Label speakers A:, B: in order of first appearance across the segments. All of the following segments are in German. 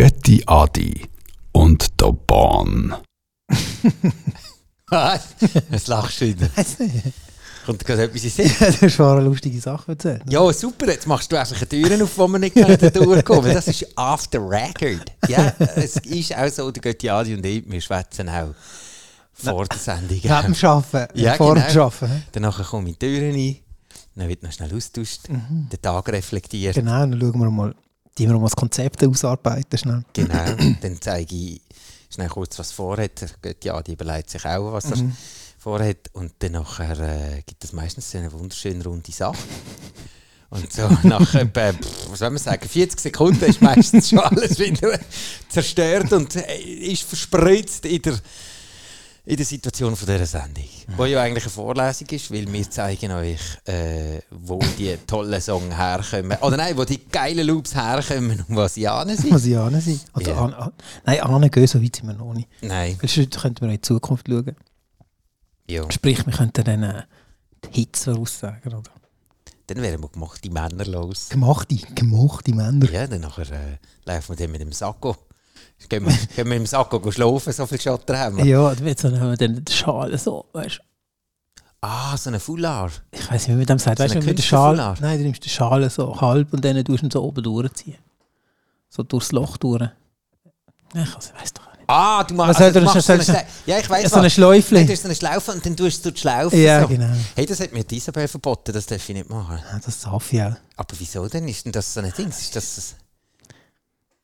A: die Adi und der Bahn.
B: Was lachst du wieder? Kommt gerade etwas in den Sinn?
C: du hast vorher lustige Sachen erzählt.
B: Ja, super, jetzt machst du einfach eine Tür auf, wo wir nicht können durchkommen. Das ist off the record. Ja, es ist auch so, der geht Adi und ich, wir schwätzen auch vor der Sendung.
C: Neben dem Arbeiten, äh,
B: Ja,
C: vor dem
B: genau.
C: Arbeiten.
B: Danach komme ich in die Türen ein, dann wird noch schnell austauscht, der Tag reflektiert.
C: Genau, dann schauen wir mal, die wir mal das Konzept ausarbeiten schnell.
B: Genau, dann zeige ich schnell kurz, was vorhat. Ja, die überlegt sich auch, was er vorhat. Und dann nachher, äh, gibt es meistens so eine wunderschöne runde Sache. Und so nach etwa, pff, was soll man sagen, 40 Sekunden ist meistens schon alles wieder zerstört und äh, ist verspritzt in der, in der Situation von dieser Sendung. Wo ja eigentlich eine Vorlesung ist, weil wir zeigen euch, äh, wo die tollen Songs herkommen. Oder nein, wo die geilen Loops herkommen und was sie an sind.
C: Muss ich ahnen sein. Also,
B: Hm. Ja.
C: an, an, nein, ahnen gehen, so weit sind wir noch nicht.
B: Nein.
C: Weil sonst könnten wir auch in die Zukunft schauen.
B: Ja,
C: Sprich, wir könnten dann äh, die Hits voraussagen. Oder?
B: dann wären wir gemacht, die Männer los.
C: Gemachte, gemachte Männer.
B: Ja, dann nachher, äh, laufen wir dann mit dem Sakko. Gehen wir, gehen wir im Sakko go schlafen, so viel Schotter haben wir.
C: Ja, dann wird- dann haben wir dann die Schale so, weißt du.
B: Ah, so ein Foulard.
C: Ich weiß nicht, wie man dem sagt.
B: So
C: Weißt du,
B: eine
C: wenn du die Schale.
B: Künstlerfoulard?
C: Nein, du nimmst die Schale so halb und dann tust du ihn so oben durchziehen. So durchs Loch durch. Nein, ich weiß- weiß doch auch nicht.
B: Ah, du
C: Was
B: machst,
C: soll
B: du
C: denn-
B: machst so
C: soll-
B: eine Schle Ja, ich weiss
C: so eine
B: was. Nein, Du
C: Schläufle.
B: hast so eine Schlaufe und dann tust du die Schlaufe
C: Ja,
B: so.
C: genau.
B: Hey, das hat mir die Isabel verboten, das darf ich nicht machen.
C: Ah, Das darf ich auch.
B: Aber wieso denn? Ist denn das so ein Ding? Ist das... das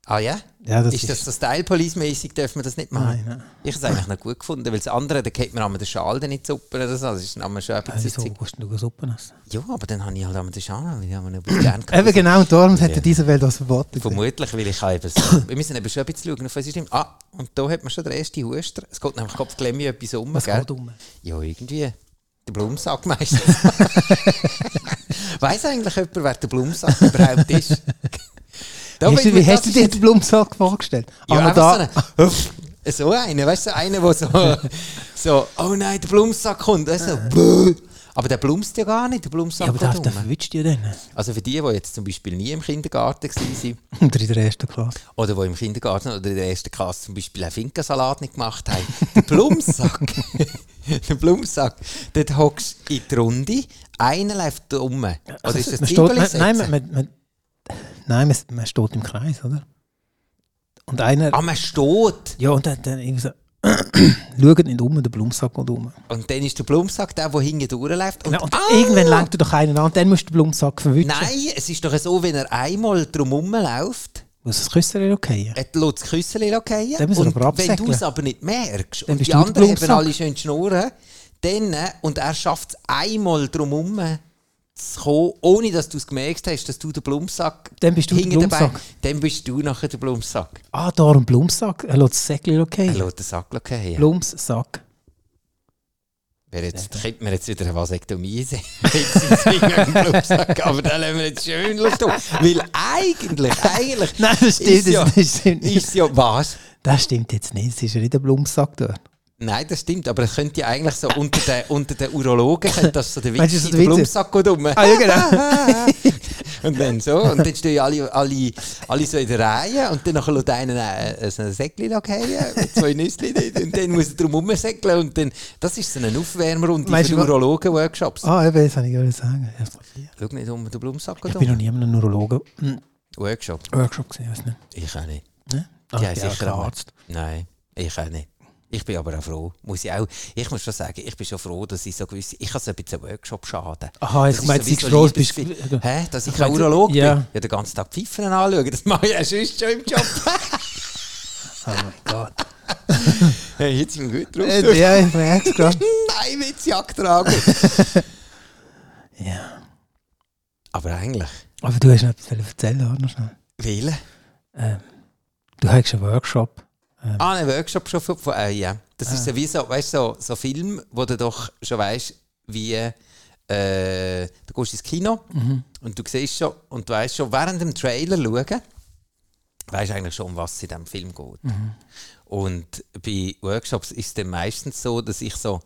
B: Ah ja?
C: Ja, das
B: ist das Ah, so Style-Police-mäßig, dürfen wir das nicht machen?
C: Nein, nein.
B: Ich habe es eigentlich noch gut gefunden, weil das andere, da geht man einmal den Schal dann in die Suppe oder so. Das ist einmal schon ein
C: Äh, Wieso
B: bisschen...
C: gehst du Suppen essen?
B: Ja, aber dann habe ich halt einmal den Schal, weil ich habe noch ein bisschen gerne gehabt.
C: Eben genau, und darum
B: Ja.
C: hätte diese Welt was verboten.
B: Vermutlich, weil ich auch eben so. Wir müssen eben schon ein bisschen schauen auf unsere Stimme. Ah, und da hat man schon den ersten Huster. Es geht nämlich Kopfklemmi etwas um.
C: Was
B: gell?
C: geht um?
B: Ja, irgendwie. Der Blumensack meistens. Weiss eigentlich jemand, wer der Blumensack überhaupt ist? Da bin
C: Hast du,
B: ich
C: wie
B: mir-
C: hast du
B: das
C: dir
B: ist-
C: den Blumensack vorgestellt?
B: Ja,
C: Aber
B: einfach
C: da,
B: so einen, so einen, weißt du, so einen, der so, so, oh nein, der Blumensack kommt. Weißt du, so, aber der blumst ja gar nicht, der Blumensack
C: Ah. ja, aber
B: kommt
C: da
B: rum.
C: verwünscht ihr dann.
B: Also für die, die jetzt zum Beispiel nie im Kindergarten waren,
C: Oder in der ersten Klasse.
B: oder die im Kindergarten oder in der ersten Klasse zum Beispiel einen Finkensalat nicht gemacht haben. Der Blumsack, der Blumsack, dort hockst du in die Runde, einer läuft um. Oder ist das
C: Also, man steht, man,
B: Zwiebeln
C: nein,
B: setzen?
C: man, man, man, nein man, man steht im Kreis, oder? Und einer.
B: Ah, man steht.
C: Ja, und dann, dann irgendwie so. Schaut nicht um, der Blumensack geht um.
B: Und dann ist der Blumsack der, der hinten durchläuft.
C: Und, und
B: Ah!
C: irgendwann lenkt er doch einen an und dann musst du den Blumensack verwünschen.
B: Nein, es ist doch so, wenn er einmal drum rumläuft,
C: Muss das Küsserchen okay?
B: er lässt das Küsschen fallen.
C: Dann muss er
B: und
C: aber
B: wenn du
C: absäckeln.
B: es aber nicht merkst
C: Dann
B: und
C: bist
B: die
C: du der
B: anderen haben
C: Blumensack.
B: alle schön die Schnurren, dann, äh, und er schafft es einmal drum herum äh, zu kommen, ohne dass du es gemerkt hast, dass du der Blumensack
C: Dann bist du der
B: hinten dabei-
C: Blumensack.
B: Dann bist du nachher der Blumensack.
C: Ah, da ein Blumensack. Er lässt das Säckchen okay.
B: Er lässt den Sack fallen.
C: Blumensack.
B: Wer jetzt, könnte mir jetzt wieder eine Vasektomie sehen. Mit seinem Finger im Blumensack. Aber dann lassen wir jetzt schön los. Weil eigentlich, eigentlich...
C: Nein, das stimmt,
B: ist ja,
C: das, das stimmt nicht.
B: ist ja was?
C: Das stimmt jetzt nicht. Es ist ja nicht der Blumensack dort.
B: Nein, das stimmt, aber es könnte ja eigentlich so unter den, unter den Urologen könnte das so der Witz
C: Meinst du, so
B: sein,
C: der
B: der
C: Witz?
B: Blumensack geht um.
C: Ah, ja, genau.
B: und dann so, und dann stehen alle, alle, alle so in der Reihe und dann nachher lässt einer äh, so ein Säckchen fallen, mit zwei Nüsschen drin, und dann muss er drum rumsäckeln und dann, das ist so eine Aufwärmrunde
C: Meinst
B: für
C: du, was-
B: Urologen-Workshops.
C: Ah, eben, das habe ich gerade sagen.
B: Schau nicht um den Blumensack geht
C: Ich bin noch
B: um.
C: nie in einem Neurologen-Workshop
B: Workshop?
C: gesehen, weiß nicht.
B: Ich auch nicht.
C: Ne?
B: Ja,
C: ich
B: sicher
C: bin auch kein
B: auch.
C: Arzt.
B: Nein, ich auch nicht. Ich bin aber auch froh, muss ich auch. Ich muss schon sagen, ich bin schon froh, dass ich so gewisse, ich habe so ein bisschen Workshop schaden.
C: Aha, jetzt
B: Das ist
C: meinst du,
B: sowieso
C: dass du gross
B: lieb,
C: bist.
B: dass ich- Hä? Dass ich
C: Ich
B: kein
C: meinte-
B: Urolog
C: ja.
B: bin? Ja, den ganzen Tag Pfeifen anschauen, das mache ich ja sonst schon im Job.
C: Oh mein Gott.
B: hey, jetzt sind wir gut drauf.
C: Äh, ja, ich merke es gerade.
B: Nein, Witzjagd tragen.
C: Ja.
B: aber eigentlich,
C: Aber du hast noch etwas erzählen, oder? Noch schnell.
B: wählen.
C: Ähm, du hast einen Workshop.
B: Ah, einen Workshop schon von, von äh, ja. Das
C: Ah.
B: ist so wie so, weißt, du, so, so Film, wo du doch schon weißt, wie äh, du gehst ins Kino
C: Mhm.
B: und du siehst schon und du weißt schon während dem Trailer schauen, weißt eigentlich schon, um was es in diesem Film geht.
C: Mhm.
B: Und bei Workshops ist es dann meistens so, dass ich so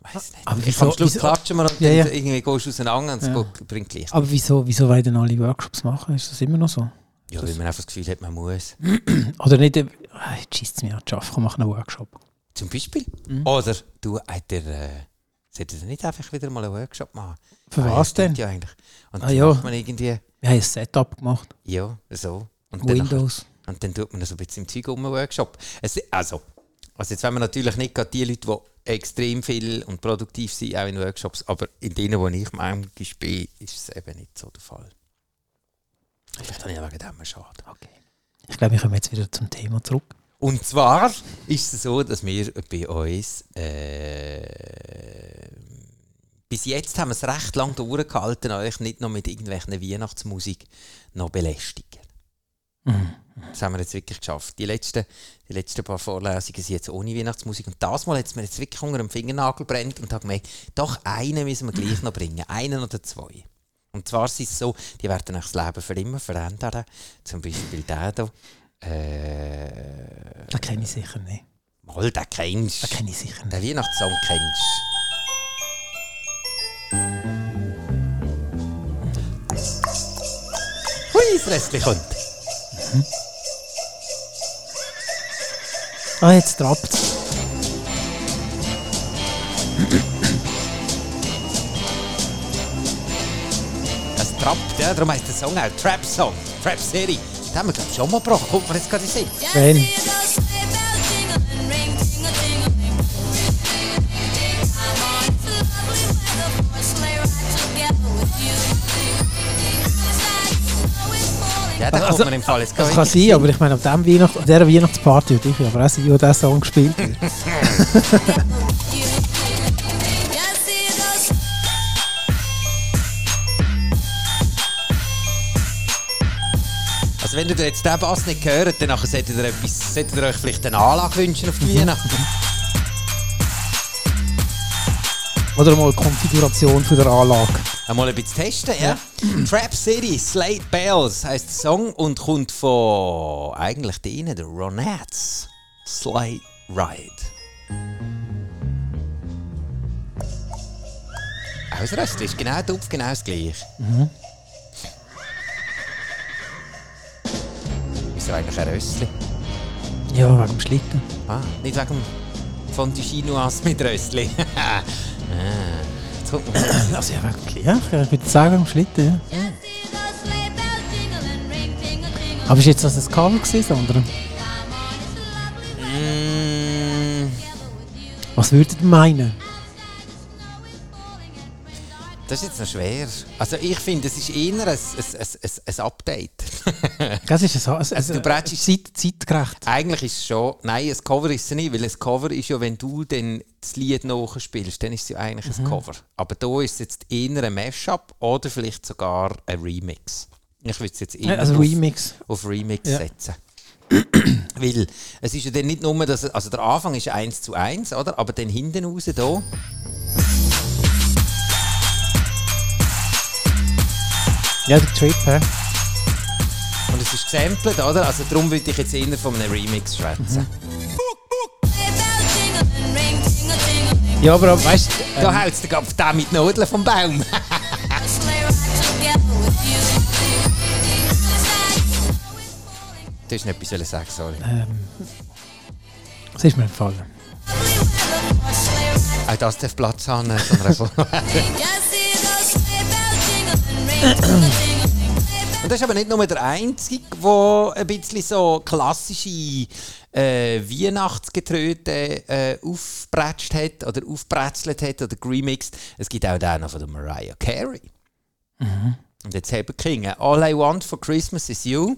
B: weiß nicht.
C: Aber
B: ich
C: wieso-
B: am Schluss
C: wieso-
B: klatschen wir und
C: Ja,
B: dann
C: ja.
B: irgendwie gehst du auseinander und es
C: Ja.
B: geht- bringt Licht.
C: Aber wieso, wieso wollen denn alle Workshops machen? Ist das immer noch so?
B: Ja,
C: Das-
B: weil man einfach das Gefühl hat, man muss.
C: Oder nicht, äh, ah, jetzt schießt es mir an, Schaff, komm, mach einen Workshop.
B: Zum Beispiel.
C: Mhm.
B: Oder du, hat der, äh, sollte der nicht einfach wieder mal einen Workshop machen?
C: Für
B: Ah ja,
C: was denn?
B: stimmt Ja eigentlich. Und
C: Ah
B: dann
C: ja.
B: macht man irgendwie,
C: Wir haben ein Setup gemacht,
B: ja, so. Und dann, nachher-
C: Windows.
B: und dann tut man so ein bisschen im Zeug um einen Workshop. Es, also, also jetzt wollen wir natürlich nicht gerade die Leute, die extrem viel und produktiv sind, auch in Workshops, aber in denen, wo ich manchmal bin, ist es eben nicht so der Fall. Vielleicht habe ich wegen dem einen Schaden.
C: Okay. Ich glaube, wir kommen jetzt wieder zum Thema zurück.
B: Und zwar ist es so, dass wir bei uns äh, bis jetzt haben wir es recht lange durchgehalten, euch nicht noch mit irgendwelchen Weihnachtsmusik noch belästigen.
C: Mhm.
B: Das haben wir jetzt wirklich geschafft. Die letzten, die letzten paar Vorlesungen sind jetzt ohne Weihnachtsmusik. Und das Mal hat es mir jetzt wirklich unter dem Fingernagel brennt und habe gemerkt, doch einen müssen wir gleich noch bringen. Einen oder zwei. Und zwar ist es so, die werden euch das Leben für immer verändern. Zum Beispiel der hier. Äh,
C: Das kenne ich sicher nicht.
B: Mal, den kennst
C: Das
B: du.
C: kenne ich sicher nicht.
B: Den Weihnachtssong kennst du. Hui, das Restli kommt.
C: Ah, jetzt trappt
B: Das trappt, ja, darum heisst der Song auch Trap Song, Trap Serie. Den haben wir, glaube ich, schon mal gebracht. Kommt mir jetzt gerade in den Sinn.
C: Wenn.
B: Ja, der
C: Also-
B: kommt mir im Fall jetzt
C: Das
B: gerade
C: kann
B: in den
C: sein, aber ich meine, an, dem Weihnacht, an dieser Weihnachtsparty würde ich aber auch sein, wo dieser Song gespielt wird.
B: Sinn. Also, wenn ihr jetzt den Bass nicht hört, dann nachher solltet ihr, etwas, solltet ihr euch vielleicht eine Anlage wünschen auf
C: Mhm.
B: die Weihnachten.
C: Oder mal die Konfiguration von der Anlage.
B: Einmal ein bisschen testen, ja. Trap City, Slate Bells heisst der Song und kommt von eigentlich denen, der Ronettes. Slate Ride. Auch das Röstchen ist genau dupf, genau das gleiche. Wieso eigentlich ein Röstchen?
C: Ja, wegen dem Schlitten.
B: Ah, nicht wegen dem Fontichinuas mit Röstchen. ah, jetzt kommt man.
C: Also ja, wegen dem Schlitten. Ja, ich würde sagen, wegen dem Schlitten, ja. Aber ist jetzt das ein Cover gewesen, sondern
B: Mm.
C: was würdet ihr meinen?
B: Das ist jetzt noch schwer. Also ich finde, es ist eher ein, ein, ein, ein, ein Update.
C: Das ist ein, ein,
B: Also du brätschst-
C: Zeit, zeitgerecht.
B: Eigentlich ist es schon... Nein, ein Cover ist es nicht, weil ein Cover ist ja, wenn du dann das Lied nachspielst, dann ist es ja eigentlich
C: Mhm.
B: ein Cover. Aber da ist es jetzt eher ein Mashup oder vielleicht sogar ein Remix. Ich würde es jetzt eher
C: Also
B: auf-
C: Remix.
B: auf Remix
C: Ja.
B: setzen. Weil es ist ja dann nicht nur, dass also der Anfang ist 1 zu 1, oder? Aber dann hinten raus da.
C: Ja, der Trip, hä?
B: Und es ist gesampelt, oder? Also darum würde ich jetzt eher von einem Remix schwätzen.
C: Ja, aber weißt du, äh,
B: Da hält es den Kopf da mit Nudeln vom Baum. Du hast nicht etwas sagen, sorry.
C: ähm, das ist mir entfallen.
B: Auch das darf Platz haben. äh, von einer Vor- Und das ist aber nicht nur der Einzige, der ein bisschen so klassische äh, Weihnachtsgetröte äh, aufgebratscht hat oder aufgebratzelt hat oder geremixed. Es gibt auch den noch von der Mariah Carey.
C: Mhm.
B: Und jetzt haben wir King. äh, All I Want for Christmas is You.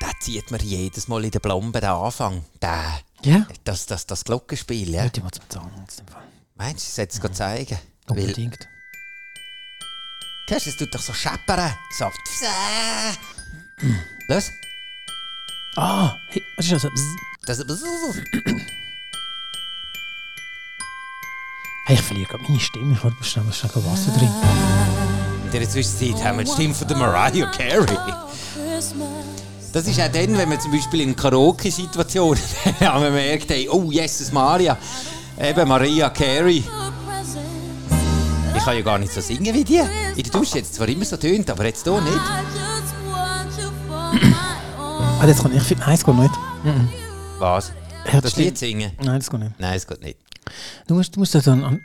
B: Da zieht man jedes Mal in der Blombe den Anfang. Der,
C: Ja?
B: das, das, das Glockenspiel, ja.
C: Würde ich mal zum Zahn jetzt im Fall.
B: Meinst du, ich sollte es mhm. zeigen? Weil,
C: Unbedingt.
B: Kennst du, es tut doch so scheppern. So. Äh. Los.
C: Ah, hey, das ist also, bzz.
B: Das ist
C: hey, ich verliere gerade meine Stimme. Ich wollte bestimmt mal schnell Wasser trinken.
B: In der Zwischenzeit haben wir die Stimme von der Mariah Carey. Das ist auch dann, wenn man zum Beispiel in Karaoke-Situationen haben wir merkt, hey, oh, Jesus Maria. Eben Mariah Carey. Ich ich kann ja gar nicht so singen wie die. In der Dusche jetzt zwar immer so tönt, aber jetzt hier nicht.
C: Ah, das kann ich finden. Nein, das geht nicht.
B: Was?
C: Ja,
B: Das Lied singen?
C: Nein, das geht nicht.
B: Nein, es geht nicht.
C: Du musst, du musst das dann an...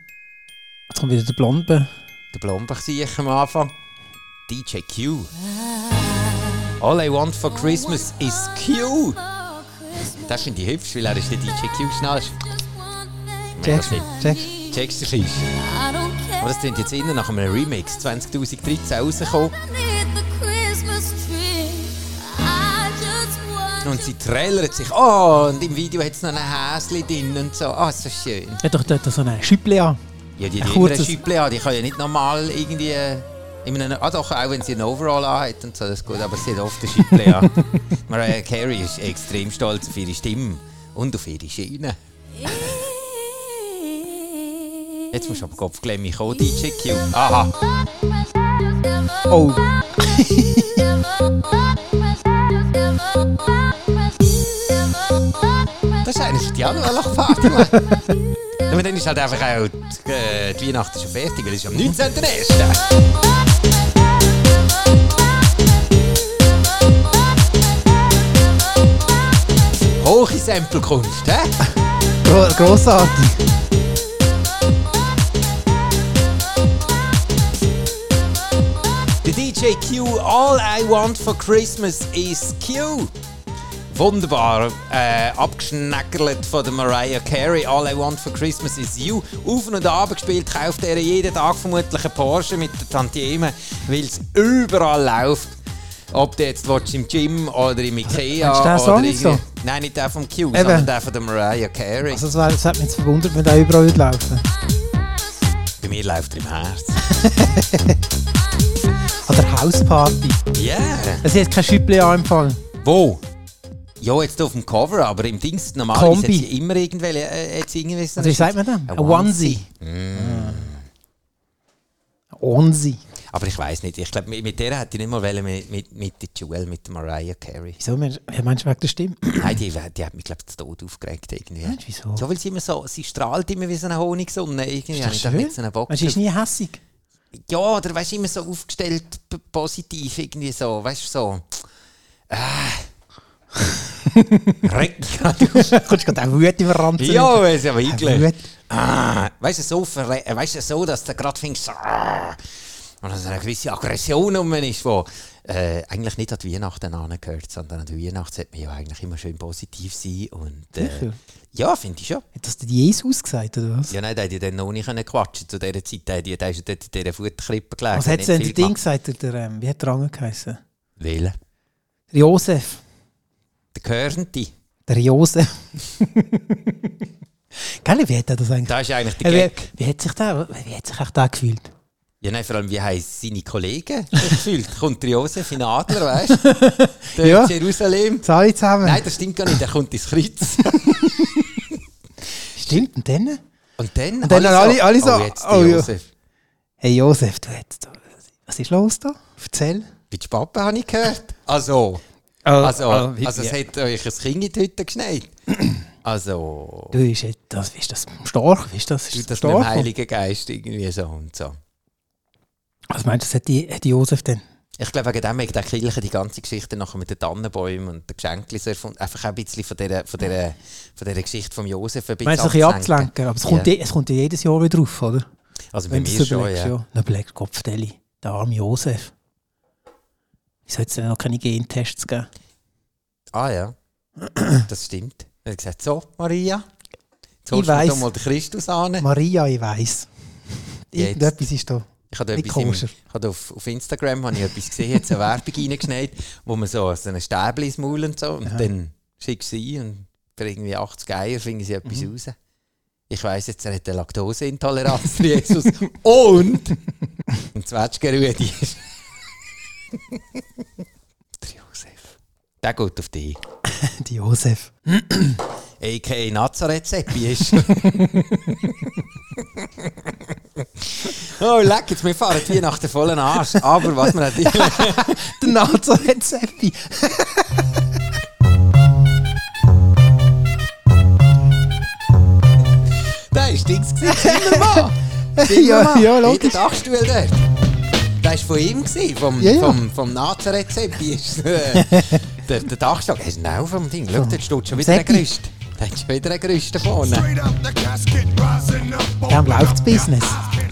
C: Jetzt kommt wieder der Blonde.
B: Der Blombach sehe ich am Anfang. DJ Q. All I want for Christmas is Q. Das sind die hübsch, weil er ist der DJ Q schnellst.
C: Jackson, Jackson.
B: Checkst du Schiff? Aber das klingt jetzt innen nach einem Remix 2013 rausgekommen. Und sie trailert sich. Oh, und im Video hat es noch ein Häschen drin und so. Ah, so schön.
C: Er hat doch dort so eine Schüpple an.
B: Ja, die
C: Ein
B: die immer
C: kurzes-
B: Schüppli an, die kann ja nicht normal irgendwie... äh, In einem, ah doch, auch wenn sie einen Overall anhat und so, das ist gut, aber sie hat oft ein Schüppli an. Mariah Carey ist extrem stolz auf ihre Stimme und auf ihre Schiene. Jetzt musst du aber Kopfklemme kommen, DJ Q. Aha.
C: Oh.
B: Das ist eigentlich die Januarlochparty, Mann. Aber dann ist halt einfach auch die, äh, die Weihnachten schon fertig, weil es ist am 19.01. Hohe Samplekunst, hä?
C: Gro grossartig.
B: Der DJ Q, All I Want for Christmas is Q. Wunderbar, äh, abgeschnäckerlet von der Mariah Carey, All I Want for Christmas is You. Auf und ab gespielt, kauft er jeden Tag vermutlich einen Porsche mit der Tantieme, weil es überall läuft. Ob du jetzt willst, im Gym oder im Ikea
C: Kennst Äh, du den
B: oder
C: Song jetzt
B: irgendwie- Nein, nicht der vom Q, sondern der von der Mariah Carey.
C: Also, es wär- es hat mich jetzt verwundert, wenn der überall würde laufen.
B: Bei mir läuft er im Herz.
C: An der Hausparty.
B: Yeah!
C: Es hat kein Schüpple an im Fall.
B: Wo? Ja, jetzt auf dem Cover, aber im Dings normalerweise
C: Kombi.
B: hat sie immer irgendwelche. Äh, hat sie irgendwelche
C: Also, wie sagt man das?
B: Ein
C: Ein Onesie. Ein Onesie.
B: aber ich weiß nicht. Ich glaube, mit, mit der hätte ich nicht mal wollen, mit, mit, mit der Jewel, mit der Mariah Carey.
C: Wieso? Mensch, ja, meinst du wegen der Stimme?
B: Nein, die, die hat mich, glaube ich, zu Tod aufgeregt. Irgendwie.
C: Meinst du, wieso?
B: Ja, weil sie immer so, sie strahlt immer wie so eine Honigsonne. Irgendwie habe ich da nicht so einen Bock.
C: Mensch, ist
B: drauf.
C: nie hässig.
B: Ja, oder weißt du, immer so aufgestellt, p- positiv, irgendwie so, weißt du, so. Äh. Regt gerade auf.
C: Du kommst gerade auch Wut über den Rand.
B: Ja, es ist aber
C: Wut.
B: eingelegt. Ah, weißt du, so, verle- äh, weißt du, so dass du gerade findest, so, ah, und dass eine gewisse Aggression um ihn ist, die äh, eigentlich nicht an die Weihnachten angehört, sondern an die Weihnachten sollte man ja eigentlich immer schön positiv sein. Und, äh,
C: Sicher.
B: ja, finde ich schon.
C: Hat das der Jesus gesagt, oder was?
B: Ja, nein, da hätte ich dann noch nicht können quatschen Zu dieser Zeit hätte ich da ist ja dort in dieser Futterkrippe gelegen.
C: Was hat
B: nicht
C: denn der
B: viel
C: Ding
B: gemacht.
C: gesagt? Der, der, ähm, wie hat der andere geheißen?
B: Wählen.
C: Der Josef.
B: Der Gehörnte.
C: Der Josef. Gell, wie hat er das eigentlich?
B: Da ist eigentlich der
C: Hey,
B: Gag.
C: wie, wie hat sich der, wie hat sich echt der gefühlt?
B: Ja, nein, vor allem, wie haben seine Kollegen sich gefühlt? Kommt der Josef in Adler, weißt du? Dort
C: Ja.
B: in Jerusalem.
C: Zahle zusammen.
B: Nein, das stimmt gar nicht, er kommt ins Kreuz.
C: Stimmt, und dann?
B: Und dann,
C: Und dann alle so, alle so,
B: Oh, jetzt
C: oh
B: oh,
C: ja.
B: Josef.
C: Hey Josef, du hättest da, was ist los da? Erzähl.
B: Bist du Papa, habe ich gehört. Also, also,
C: oh, wie-
B: also es
C: ja.
B: hat euch ein Kind in die Hütte geschneit. Also,
C: Du bist jetzt, das, wie ist das stark? Wie ist das?
B: tut
C: Ist
B: das mit dem
C: stark?
B: Heiligen Geist irgendwie so und so.
C: Was meinst du, das hat, die, hat die Josef denn?
B: Ich glaube, wegen dem hat der Kirche die ganze Geschichte nachher mit den Tannenbäumen und den Geschenken so erfunden. Einfach auch ein bisschen von dieser, von dieser, von dieser Geschichte von Josef ein bisschen
C: Meinst du, ein bisschen
B: abzulenken.
C: abzulenken? Aber es kommt,
B: Ja.
C: je, es kommt ja jedes Jahr wieder drauf, oder?
B: Also bei
C: Wenn du
B: mir
C: es
B: schon,
C: überlegst,
B: ja.
C: ja. Dann überlegst du, Kopf, Deli, der arme Josef. Wieso hat es denn noch keine Gentests gegeben?
B: Ah ja, das stimmt. Er hat gesagt, so Maria, jetzt
C: Ich
B: holst du mir
C: weiss.
B: doch mal den Christus an.
C: Maria, ich weiss.
B: Jetzt.
C: Irgendetwas ist da.
B: Ich habe da
C: Nicht
B: etwas im,
C: koscher.
B: ich habe auf, auf Instagram habe ich etwas gesehen, jetzt eine Werbung reingeschneit, wo man so, so einen Stäbel ins Maul und so, und dann schickst du sie und für irgendwie 80 Eier finden sie etwas raus. Ich weiss jetzt, er hat eine Laktoseintoleranz, der Jesus. Und ein Zwetschgenrüdi ist. der Josef. Der geht auf dich.
C: Die Josef.
B: A.K. Nazareth-Seppi ist. oh, leck, jetzt, wir fahren die Weihnachten voll an Arsch. Aber was wir natürlich.
C: Der Nazareth-Seppi.
B: da ist nichts gesehen, Mann!
C: ja, ja,
B: Hinter
C: logisch.
B: den Dachstuhl dort. Das war von ihm, gewesen, vom,
C: Ja, ja.
B: vom, vom Nazareth-Seppi. ist, äh, der, der Dachstock. Er ist genau vom Ding. Schau, dort steht schon wieder ein
C: Seppi.
B: Gerüst. Da hat schon wieder ein Gerüst da vorne.
D: Straight up the casket, rising up.
C: Dann läuft das Business.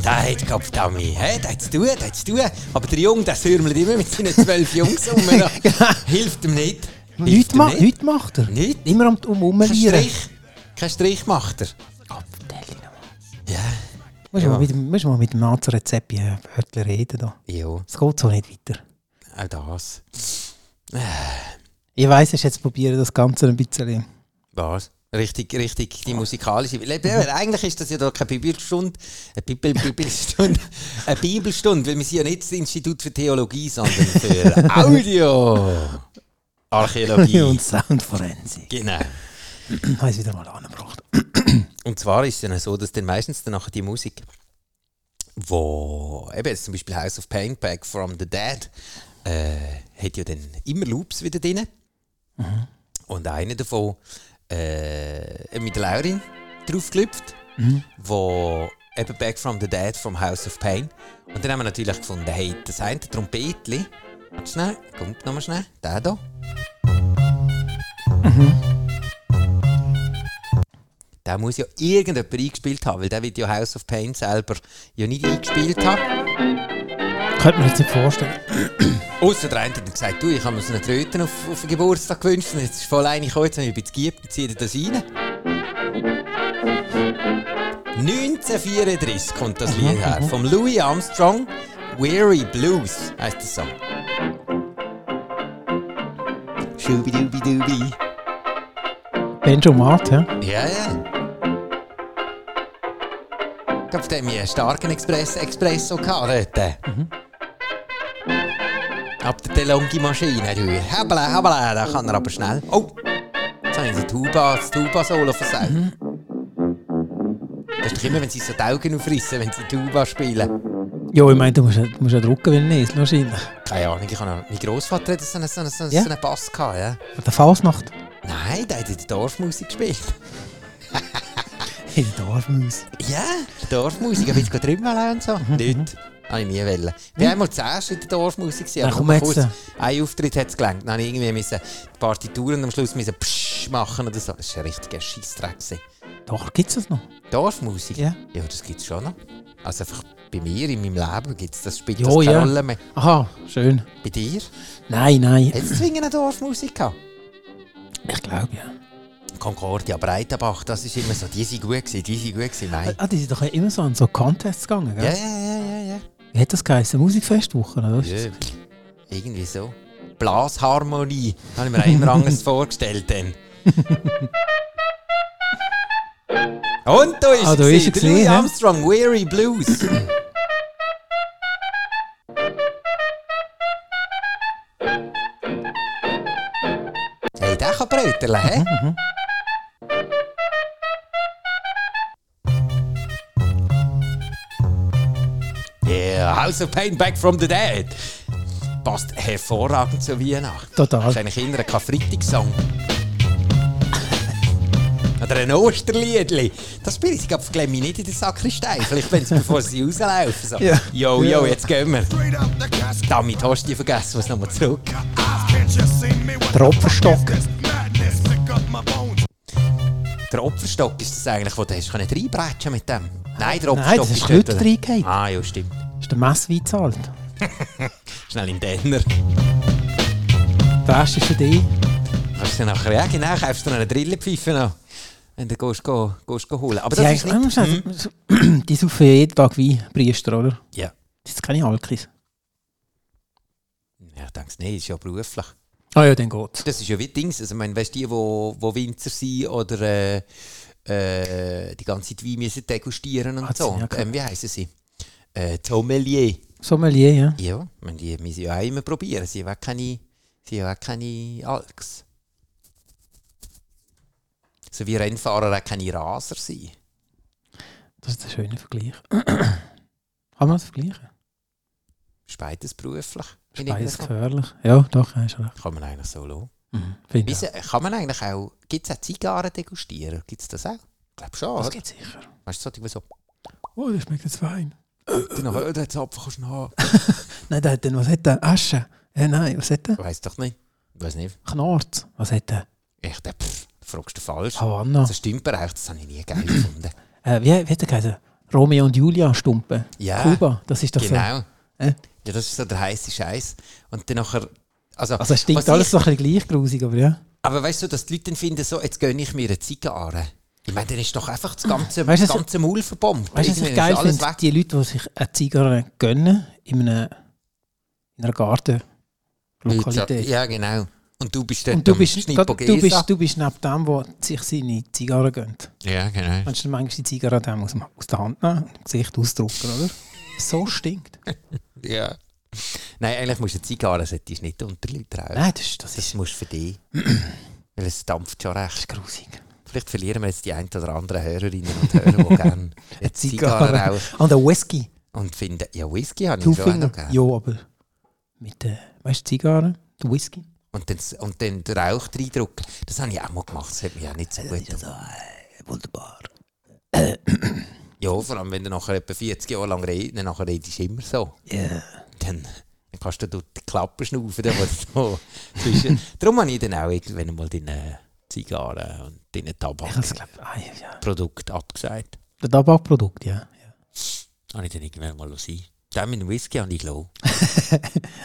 B: Da hat Kopf Dummy. Hey, da hat's tun, da hat's tun. Aber der Junge, der säumelt immer mit seinen zwölf Jungs um. Hilft ihm nicht. Hilft
C: Nichts
B: ihm
C: ma
B: nicht.
C: nichts macht er.
B: Nichts.
C: Immer am um
B: Kein
C: Umlieren.
B: Strich. Kein Strich macht er. Ja.
C: Musst
B: Ja.
C: du mal mit- musst du mal mit dem Nazareth Seppi ein Wörtchen reden. da.
B: Ja,
C: Es geht so nicht weiter.
B: auch das.
C: Ich weiss, es jetzt probieren das Ganze ein bisschen.
B: Was? Richtig, richtig, die musikalische. Weil eben, Eigentlich ist das ja doch keine Bibelstunde. Eine Bibel, Bibelstunde. Eine Bibelstunde, weil wir sind ja nicht das Institut für Theologie, sondern für Audio. Archäologie.
C: Und Soundforensik.
B: genau.
C: Ich habe es wieder mal angebracht.
B: Und zwar ist es dann so, dass dann meistens dann nachher die Musik, wo eben jetzt zum Beispiel House of Pain Back from the Dead, äh, hat ja dann immer Loops wieder drin. Und einer davon äh, mit Laurin draufgelüpft, wo eben Back from the Dead vom House of Pain. Und dann haben wir natürlich gefunden, hey, das eine Trompetli, Warte schnell, kommt nochmal schnell, der da. Der muss ja irgendjemand eingespielt haben, weil der wird ja House of Pain selber ja nicht eingespielt haben.
C: Könnte man jetzt nicht vorstellen.
B: Außer der eine hat gesagt, du, ich habe mir so einen Tröten auf, auf den Geburtstag gewünscht und jetzt ist voll eine gekommen, jetzt habe ich etwas gegeben und ziehe dir das rein. 1934 kommt das Lied her, vom Louis Armstrong, Weary Blues heisst der Song. Schubidubidubi.
C: Benjo Mart, ja?
B: Ja, ja. Ich glaube, da haben wir einen starken Express, Expresso gehabt dort. Ab der DeLonghi-Maschine, du. Hebele, hebele, da kann er aber schnell. Oh! Jetzt haben sie die Tuba, das Tuba-Solo versaut. Das ist doch immer, wenn sie so die Augen aufrissen, wenn sie Tuba spielen.
C: Ja, ich meine, du musst, ja- du musst ja drucken, wenn du nicht wahrscheinlich.
B: Keine Ahnung, ich habe noch... Mein Grossvater hat so einen, so einen, so einen,
C: Ja?
B: so einen Bass gehabt, ja.
C: An der Fasnacht.
B: Nein, der hat in der Dorfmusik gespielt.
C: In der Dorfmaus.
B: Ja, Dorfmusik, aber jetzt geht Trümmerle und so.
C: Mhm.
B: Nicht. Habe ich nie wollen. Ich war einmal zuerst in der Dorfmusik, gewesen,
C: Na,
B: aber
C: komm
B: nur
C: jetzt.
B: kurz. Ein Auftritt hat es gelangt. Dann habe ich irgendwie müssen die Partituren am Schluss müssen psch machen oder so. Das war ein richtiger Scheissdreck. gewesen.
C: Doch, gibt es das noch?
B: Dorfmusik?
C: Ja.
B: Ja, das gibt es schon noch. Also einfach bei mir, in meinem Leben gibt es das, spielt
C: Jo,
B: das keine
C: ja.
B: Rolle mehr.
C: Aha, schön.
B: Bei dir?
C: Nein, nein.
B: Hat es zwingend eine Dorfmusik gehabt?
C: Ich glaube, ja.
B: Concordia, Breitenbach, das ist immer so. Die sind gut gewesen, die sind gut gewesen, nein.
C: Ah, die sind doch immer so an so Contests gegangen,
B: Ja,
C: gell?
B: ja, ja, ja, ja.
C: Wie hat das geheißen? Musikfestwoche, oder? was?
B: Ja, irgendwie so. Blasharmonie. Habe ich mir auch immer anders vorgestellt. Dann. Und da ist
C: Ah,
B: er
C: da
B: gewesen, der
C: ist er gewesen,
B: Louis
C: hä?
B: Armstrong, Weary Blues. hey, der kann bröteln, hä? Yeah, House of Pain Back from the Dead. Passt hervorragend zu Weihnachten.
C: Total.
B: Das ist eigentlich eher ein Karfreitagssong. Oder ein Osterliedli. Das spiele ich, glaube ich, glaub ich, nicht in der Sakristei. Vielleicht, wenn sie bevor sie rauslaufen. So.
C: Ja.
B: Yo, yo, jetzt gehen wir.
D: Straight up the casket.
B: Damit hast du die vergessen, was nochmal zurück.
D: Eyes, can't you see me? What the
C: Tropfenstock.
D: fuck is this madness? Pick up my bones.
B: Der Opferstock ist das eigentlich, wo du hast können reinbrechen mit dem. Nein, der Opferstock
C: Nein, das ist
B: ist
C: heute
B: dort-
C: reingefallen.
B: Ah, ja, stimmt.
C: Ist der Messwein zahlt?
B: Schnell in den Denner.
C: Der erste ist für dich.
B: Kannst du dir nachher, ja genau, kaufst du noch eine Drillenpfeife noch. Wenn du gehst, gehst, gehst holen. Aber
C: Die,
B: das ist nicht...
C: eigentlich, hm. die saufen jeden Tag Wein, Priester, oder?
B: Ja.
C: Das sind keine Alkis.
B: ja, ich denke es nicht, ist ja beruflich.
C: Ah ja, dann geht's.
B: Das ist ja wie Dings. Also, ich meine, weißt du, die, wo, wo Winzer sind oder äh, äh, die ganze Zeit Wein müssen degustieren und
C: Hat
B: so.
C: Ah, sie ja
B: Und, ähm, wie heißen sie? Äh, Sommelier.
C: Sommelier, ja.
B: Ja, ich meine, die müssen ja auch immer probieren. Sie haben auch keine, sie haben auch keine Alks. So wie Rennfahrer auch keine Raser sind.
C: Das ist ein schöner Vergleich. Kann man das vergleichen?
B: Ist beides beruflich. in irgendeiner
C: Beides
B: Form.
C: gefährlich. Ja, doch, hast du recht.
B: Kann man eigentlich so lassen.
C: Mhm. Finde ich.
B: Weiss, äh, Kann man eigentlich auch, gibt es auch Zigarren degustieren? Gibt es das auch? Ich glaube schon,
C: Das
B: oder?
C: geht sicher.
B: Weißt du, so, die, die so
C: Oh, das schmeckt jetzt fein.
B: Dann
C: Äh,
B: noch, oh, den Zapfen kannst du noch haben.
C: Nein, der hat dann, was hat der? Asche? Ja, nein, was hat der?
B: Weiß doch nicht. Weiß nicht.
C: Knarz. Was hat der?
B: Ich dachte, pff, fragst du falsch.
C: Havanna.
B: Das ist Stümperreich, das habe ich nie geil gefunden.
C: Äh, wie, wie hat der geheißen? Romeo und Julia Stumpen.
B: Ja,
C: Kuba, das ist doch so.
B: genau.
C: Äh?
B: Ja, das ist so der heiße Scheiß. Und dann nachher. Also,
C: Also es
B: was
C: stinkt
B: ich-
C: alles so ein bisschen gleich grusig, aber ja.
B: Aber weißt du, dass die Leute dann finden, so, jetzt gönne ich mir eine Zigarre. Ich meine, dann ist doch einfach das ganze,
C: Weißt du,
B: das
C: was-
B: ganze Maul verbombt.
C: Weißt du, was
B: Irgendwie
C: ich
B: ist
C: geil
B: alles
C: finde?
B: weg.
C: Die Leute, die sich eine Zigarre gönnen in, einem, in einer Gartenlokalität.
B: Ja, genau. Und du bist der
C: Und du bist,
B: Schnippo
C: gerade- du,
B: Gesa.
C: bist, du bist neben dem, der sich seine Zigarre gönnt.
B: Ja, genau.
C: Kannst du manchmal die Zigarre dem aus, dem- aus der Hand nehmen und im Gesicht ausdrucken, oder? So stinkt.
B: Ja. Nein, eigentlich musst du eine Zigarre solltest du nicht unter Leute rauchen.
C: Nein, das ist, das
B: Das
C: ist
B: musst du für dich. Weil es dampft schon recht.
C: grusig.
B: Vielleicht verlieren wir jetzt die ein oder andere Hörerinnen und Hörer, die gerne eine Zigarre
C: Zigarre.
B: rauchen.
C: Und ein Whisky.
B: Und finden, ja, Whisky habe ich
C: Two
B: schon auch
C: Finger.
B: noch gerne.
C: Ja, aber mit der, weißt du, Zigarre, der Whisky.
B: Und dann, und dann den Rauch reindrücken. Das habe ich auch mal gemacht. Das hat mich auch nicht so gut
C: So, äh, wunderbar.
B: Ja, vor allem, wenn du nachher etwa 40 Jahre eh, lang redest, dann nachher redest du immer so.
C: Yeah.
B: Dann, dann kannst du durch die Klappe schnaufen. Dann, was so zwischen. Darum habe ich dann auch irgendwann mal deine Zigarren und deine
C: Ich hab's glaub, ah, ja, ja.
B: Tabakprodukte abgesagt.
C: Der Tabakprodukt, ja.
B: Habe ich dann irgendwann mal sein. Dann meinen Whisky habe ich gelassen.
C: Das ist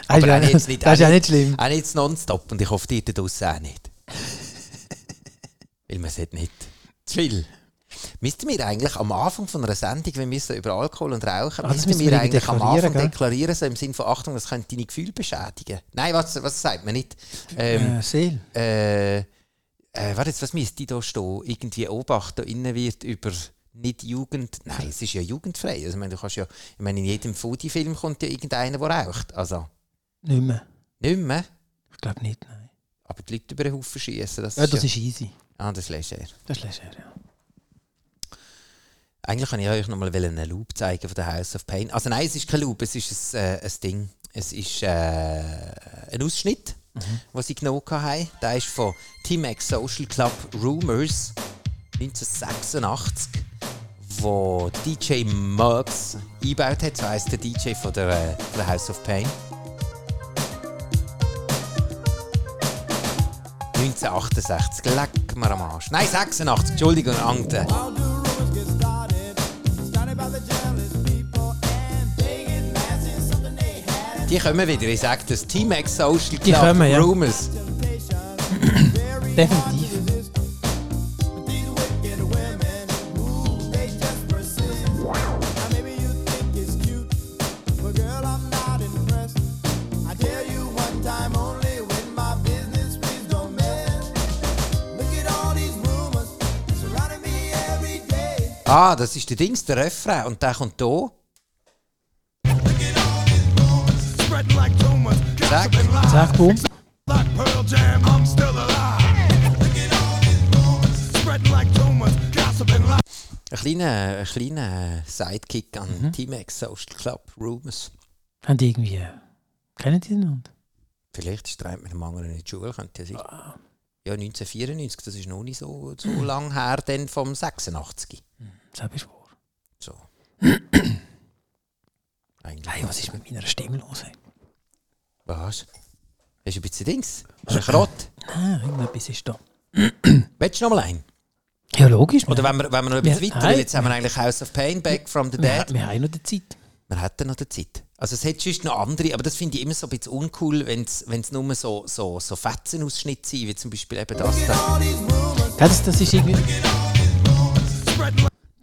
B: auch
C: ja
B: nicht- nicht-
C: nicht, das ist ja nicht schlimm.
B: Auch nicht Ah, nonstop und ich hoffe, ihr da draussen auch nicht. Weil man sollte nicht zu viel. Müssten wir eigentlich am Anfang von einer Sendung, wenn wir so über Alkohol und Rauchen,
C: Ah, das
B: müssten
C: müssen
B: wir
C: wir
B: eigentlich am
C: deklarieren,
B: Anfang
C: gell?
B: deklarieren, so im Sinne von Achtung, das könnte deine Gefühle beschädigen. Nein, was, was sagt man nicht? Ähm,
C: Äh, Seel.
B: äh, äh, warte jetzt, was müsste da stehen? Irgendwie Obacht da innen wird über nicht Jugend... Nein, es ist ja jugendfrei. Also, ich meine, du kannst ja... Ich meine, in jedem Foodie-Film kommt ja irgendeiner, der raucht. Also,
C: Nicht mehr.
B: nicht mehr.
C: Ich glaube nicht, nein.
B: Aber die Leute über den Haufen schießen, das,
C: Ja, das ist easy.
B: Ah, das lässt er.
C: Das ist leger, ja.
B: Eigentlich kann ich euch nochmal einen Loop zeigen von der House of Pain. Also nein, es ist kein Loop, es ist ein, äh, ein Ding. Es ist äh, ein Ausschnitt,
C: Mhm.
B: was sie genommen haben. Der ist von T-Max Social Club Rumors 1986, wo DJ Muggs eingebaut hat. So heisst der DJ von der, äh, von der House of Pain. 1968, leck mir am Arsch. Nein, 86, Entschuldigung, Angte. Die kommen wieder, ich sage das. T-Max Social Club
C: kommen, ja.
B: Rumors.
C: Definitiv.
B: Ah, das ist der Dings, der Refrain. Und der kommt hier.
D: Spreading like tumors,
B: Zack.
D: gossiping lies.
C: Zack, boom.
D: Like Pearl Jam, I'm still alive. Look at all these rumors, spreading like tumors, gossiping lies.
B: Ein kleiner, ein kleiner Sidekick an T-Max Social Club Rumors.
C: Haben die irgendwie. äh, Kennen die den Hund?
B: Vielleicht streit mit dem anderen in die Schule, könnte ja sein. Ja, 1994, das ist noch nicht so, so lang her, denn vom 86.
C: Das ist wahr.
B: So. Eigentlich.
C: Hey, Ah, was ist mit meiner Stimme los? ey?
B: Was? Ist ein bisschen Dings? Ist ein Krott?
C: Ah, irgendetwas ist da.
B: Willst du noch mal einen?
C: Ja, logisch.
B: Oder
C: wir,
B: wenn wir, wenn wir noch ein bisschen
C: Wir-
B: weiter, weil
C: Nein.
B: jetzt haben wir eigentlich House of Pain, Back from the
C: wir,
B: Dead.
C: wir haben noch die Zeit.
B: Man hat dann noch die Zeit. Also es hat sonst noch andere, aber das finde ich immer so ein bisschen uncool, wenn es nur so, so, so Fetzenausschnitte sind, wie zum Beispiel eben das da.
C: Gell, Das, das ist irgendwie.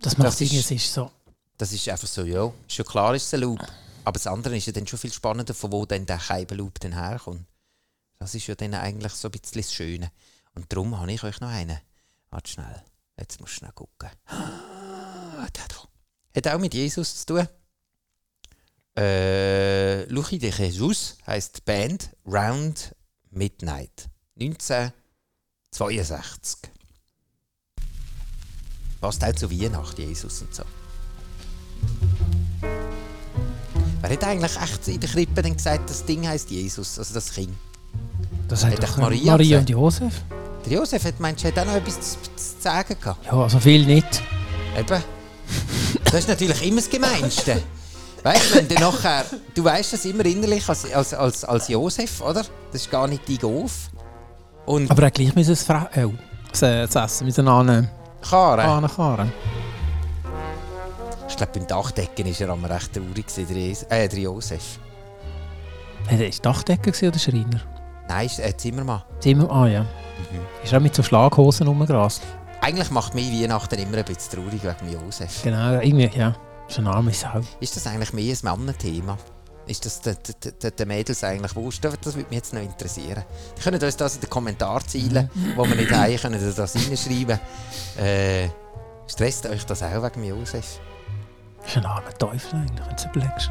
C: Das macht
B: Das
C: das
B: ist-
C: irgendwie, es ist so.
B: Das ist einfach so, ja, ist schon klar ist es ein Loop. Aber das andere ist ja dann schon viel spannender, von wo dann der Scheibenloop dann herkommt. Das ist ja dann eigentlich so ein bisschen das Schöne. Und darum habe ich euch noch einen. Warte schnell, jetzt musst du schnell gucken. Ah, der da. Hat auch mit Jesus zu tun. Äh, Luchi de Jesus heisst die Band Round Midnight. 1962. Passt auch zu Weihnachten, Jesus und so. Wer hat eigentlich echt in der Krippe dann gesagt, das Ding heisst Jesus, also das Kind?
C: Das
B: Hat
C: hat
B: doch
C: doch
B: Maria
C: Maria, Maria und
B: gesagt.
C: Josef.
B: Der Josef hat, meinst du, hat auch noch etwas zu, zu sagen gehabt?
C: Ja, also viel nicht.
B: Eben. Das ist natürlich immer das Gemeinste. Weißt du, wenn du nachher. Du weißt das immer innerlich als, als, als, als Josef, oder? Das ist gar nicht dein Golf. Und
C: Aber er hat gleich müssen das, Fra äh, das, äh, das Essen mit den anderen
B: Karen.
C: Kahren.
B: Ich glaube, beim Dachdecken war er einmal recht traurig, gewesen, der, Jes äh, der Josef.
C: Hey, der war Dachdecker gewesen oder Schreiner?
B: Nein, ist- äh, Zimmermann.
C: Zimmer, ah ja.
B: Mhm.
C: Ist er auch mit so Schlaghosen rumgerast?
B: Eigentlich macht mich Weihnachten immer ein bisschen traurig wegen dem Josef.
C: Genau, irgendwie, ja. Ist ein arme Sau.
B: Ist das eigentlich mehr ein Mannenthema? Ist das den de, de, de Mädels eigentlich wurscht? Das würde mich jetzt noch interessieren. Die können uns das in den Kommentarzeilen, wo wir nicht haben, können Sie das reinschreiben. Äh, stresst euch das auch wegen mir, Josef?
C: Ist ein armer Teufel eigentlich, wenn du es überlegst.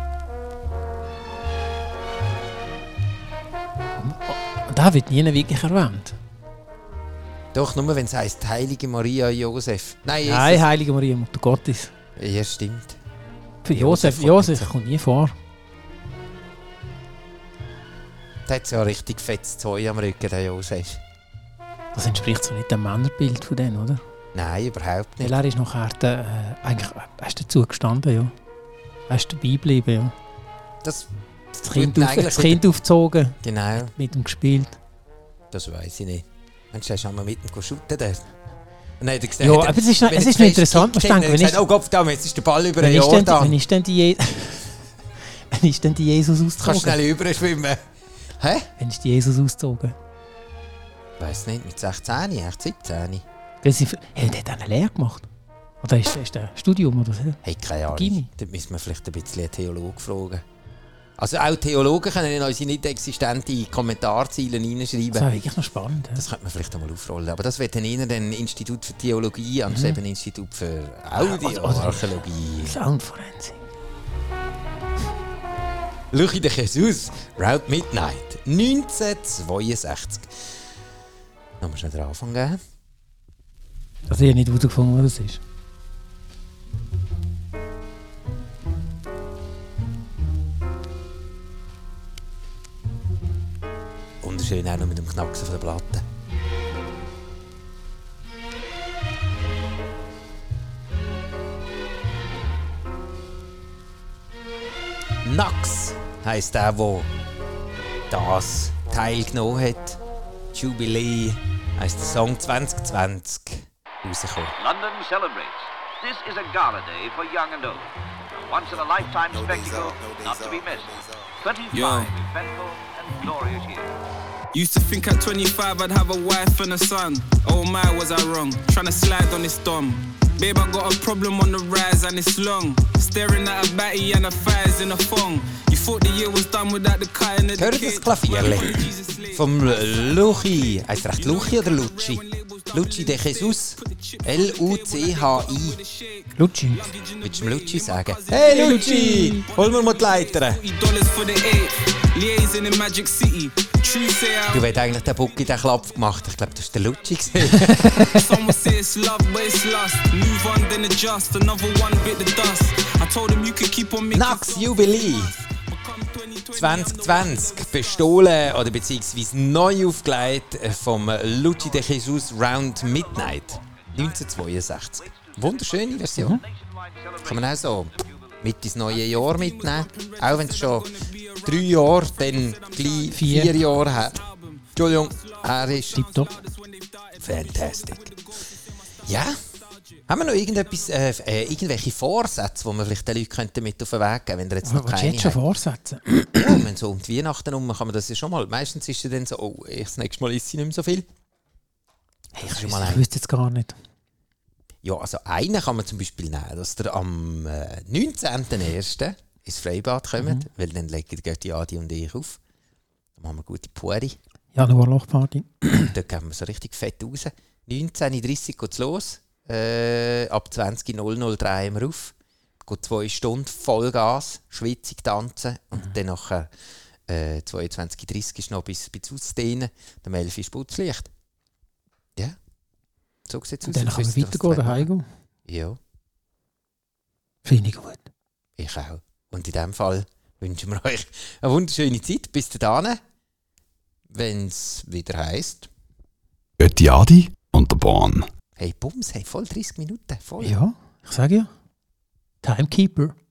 C: Und der wird nie wirklich erwähnt.
B: Doch, nur wenn es heisst Heilige Maria Josef. Nein, Jesus.
C: Nein, Heilige Maria, Mutter Gottes.
B: Ja, stimmt.
C: Für
B: Josef kommt
C: Josef, Josef kommt nie vor.
B: Der hat so ein richtig fettes Zeug am Rücken, der Josef.
C: Das entspricht so nicht dem Männerbild von denen, oder?
B: Nein, überhaupt
C: Weil
B: nicht.
C: er ist nachher der, äh, eigentlich äh, er ist dazu gestanden, ja. Er ist dabei geblieben, ja.
B: Das,
C: Das Kind,
B: Gut,
C: auf,
B: eigentlich
C: das kind aufgezogen,
B: genau,
C: mit ihm gespielt.
B: das weiß ich nicht. Mensch, hast du einmal mit ihm shooten dort? Nein, der
C: Ja, aber es ist, noch-
B: Wenn
C: es
B: er
C: ist noch
B: zuerst
C: interessant, musst
B: gekickt
C: du
B: hat,
C: denken, wenn
B: hat er
C: ist,
B: gesagt, oh Gott, verdammt, jetzt ist der Ball über
C: wenn
B: den
C: ist, denn, wenn
B: Jordan.
C: ist denn die, Je wenn ist denn die Jesus
B: Kannst
C: ausgezogen?
B: schnell überschwimmen. Hä?
C: Wenn ist die Jesus ausgezogen?
B: Weiß nicht, mit 16, echt 17.
C: Weil sie, hey, der hat eine Lehre gemacht. Oder ist, ist das ein Studium oder so?
B: Hey, keine Ahnung.
C: Gimmi.
B: Dort müssen wir vielleicht ein bisschen einen Theologen fragen. Also auch Theologen können in unsere nicht existenten Kommentarzeilen
C: Das
B: reinschreiben.
C: war wirklich noch spannend. Ja.
B: Das könnte man vielleicht einmal aufrollen. Aber das wird dann eher ein Institut für Theologie anstatt
C: Mhm.
B: ein Institut für Audioarchäologie.
C: Soundforensik.
B: Luchi de Jesus, Route Midnight, 1962. Noch mal schnell den Anfang geben.
C: Also ich habe nicht herausgefunden, was das ist.
B: Wunderschön auch noch mit dem Knacksen von der Platte. Nax heisst der, der das teilgenommen hat. Jubilee heisst der Song 2020 rausgekommen.
E: London celebrates. This is a gala day for young and old. A once in a lifetime spectacle not to be missed. 35
F: Yo.
E: eventful and glorious years.
F: Used to think at 25 I'd have a wife and a son. Oh my, was I wrong? Tryna slide on this dom. Babe, I got a problem on the rise and it's long. Staring at a batty and a thighs in a thong. You thought the year was done without the cut and the
B: Hört ihr das Klavierli? Vom Luchi. Heißt recht Luchi oder Lucci? Lucci de Jesus. L-U-C-H-I.
C: Lutschi.
B: Willst du dem Lucci sagen? Hey Lucci! Hol mir mal die Leiter!
F: Dollars for the eight. Liaison in Magic City. True say
B: Du
F: I
B: hast eigentlich den Bucki den Klapf gemacht. Ich glaube, das war der Lucci. gewesen.
F: Some will say it's love, but it's lust. Move on, then adjust. Another one bit the dust. I told him you could keep on making
B: Nax Jubilee 2020 bestohlen oder beziehungsweise neu aufgelegt äh, vom Lucci de Jesus Round Midnight 1962. Wunderschöne Version.
C: Mhm.
B: Kann man auch so mit ins neue Jahr mitnehmen. Auch wenn es schon drei Jahre, dann gleich vier,
C: Vier.
B: Jahre her. Entschuldigung, er ist
C: Tipptopp.
B: fantastic. Ja? Haben wir noch irgendetwas, äh, äh, irgendwelche Vorsätze, die wir vielleicht den Leuten könnten mit auf den Weg geben wenn ihr jetzt noch
C: Ah, Was
B: keine
C: jetzt schon
B: habt?
C: vorsetzen?
B: Ja, wenn so um die Weihnachten herum kann man das ja schon mal. Meistens ist ja dann so, oh, ich, das nächste Mal isst sie nicht mehr so viel. Hey, ich schon mal
C: Ich
B: ein.
C: wüsste jetzt gar nicht.
B: Ja, also einen kann man zum Beispiel nehmen, dass der am äh, 19.01. ins Freibad kommt, weil dann legen gehen die Adi und ich auf. Dann machen wir gute Puri.
C: Januar-Lochparty.
B: Dort gehen wir so richtig fett raus. 19.30 Uhr geht es los. Äh, ab 20.00 drehen wir auf. Geht zwei Stunden Vollgas, schwitzig tanzen und
C: Mhm.
B: dann nachher äh, 22.30 Uhr ist noch bis, bis ausdehnen. Dann 11 Uhr ist Putzlicht. Ja. So sieht es aus.
C: Und dann
B: Jetzt
C: kann man
B: wisst ihr, was
C: weitergehen,
B: ihr
C: daheim gehen.
B: wollt. Ja,
C: Finde ich gut.
B: ich auch. Und in dem Fall wünschen wir euch eine wunderschöne Zeit. Bis dahin, wenn es wieder heisst.
A: Ötiadi und der Bahn.
B: Hey, Bums, hey, voll 30 Minuten. Voll.
C: Ja, ich sage ja. Timekeeper.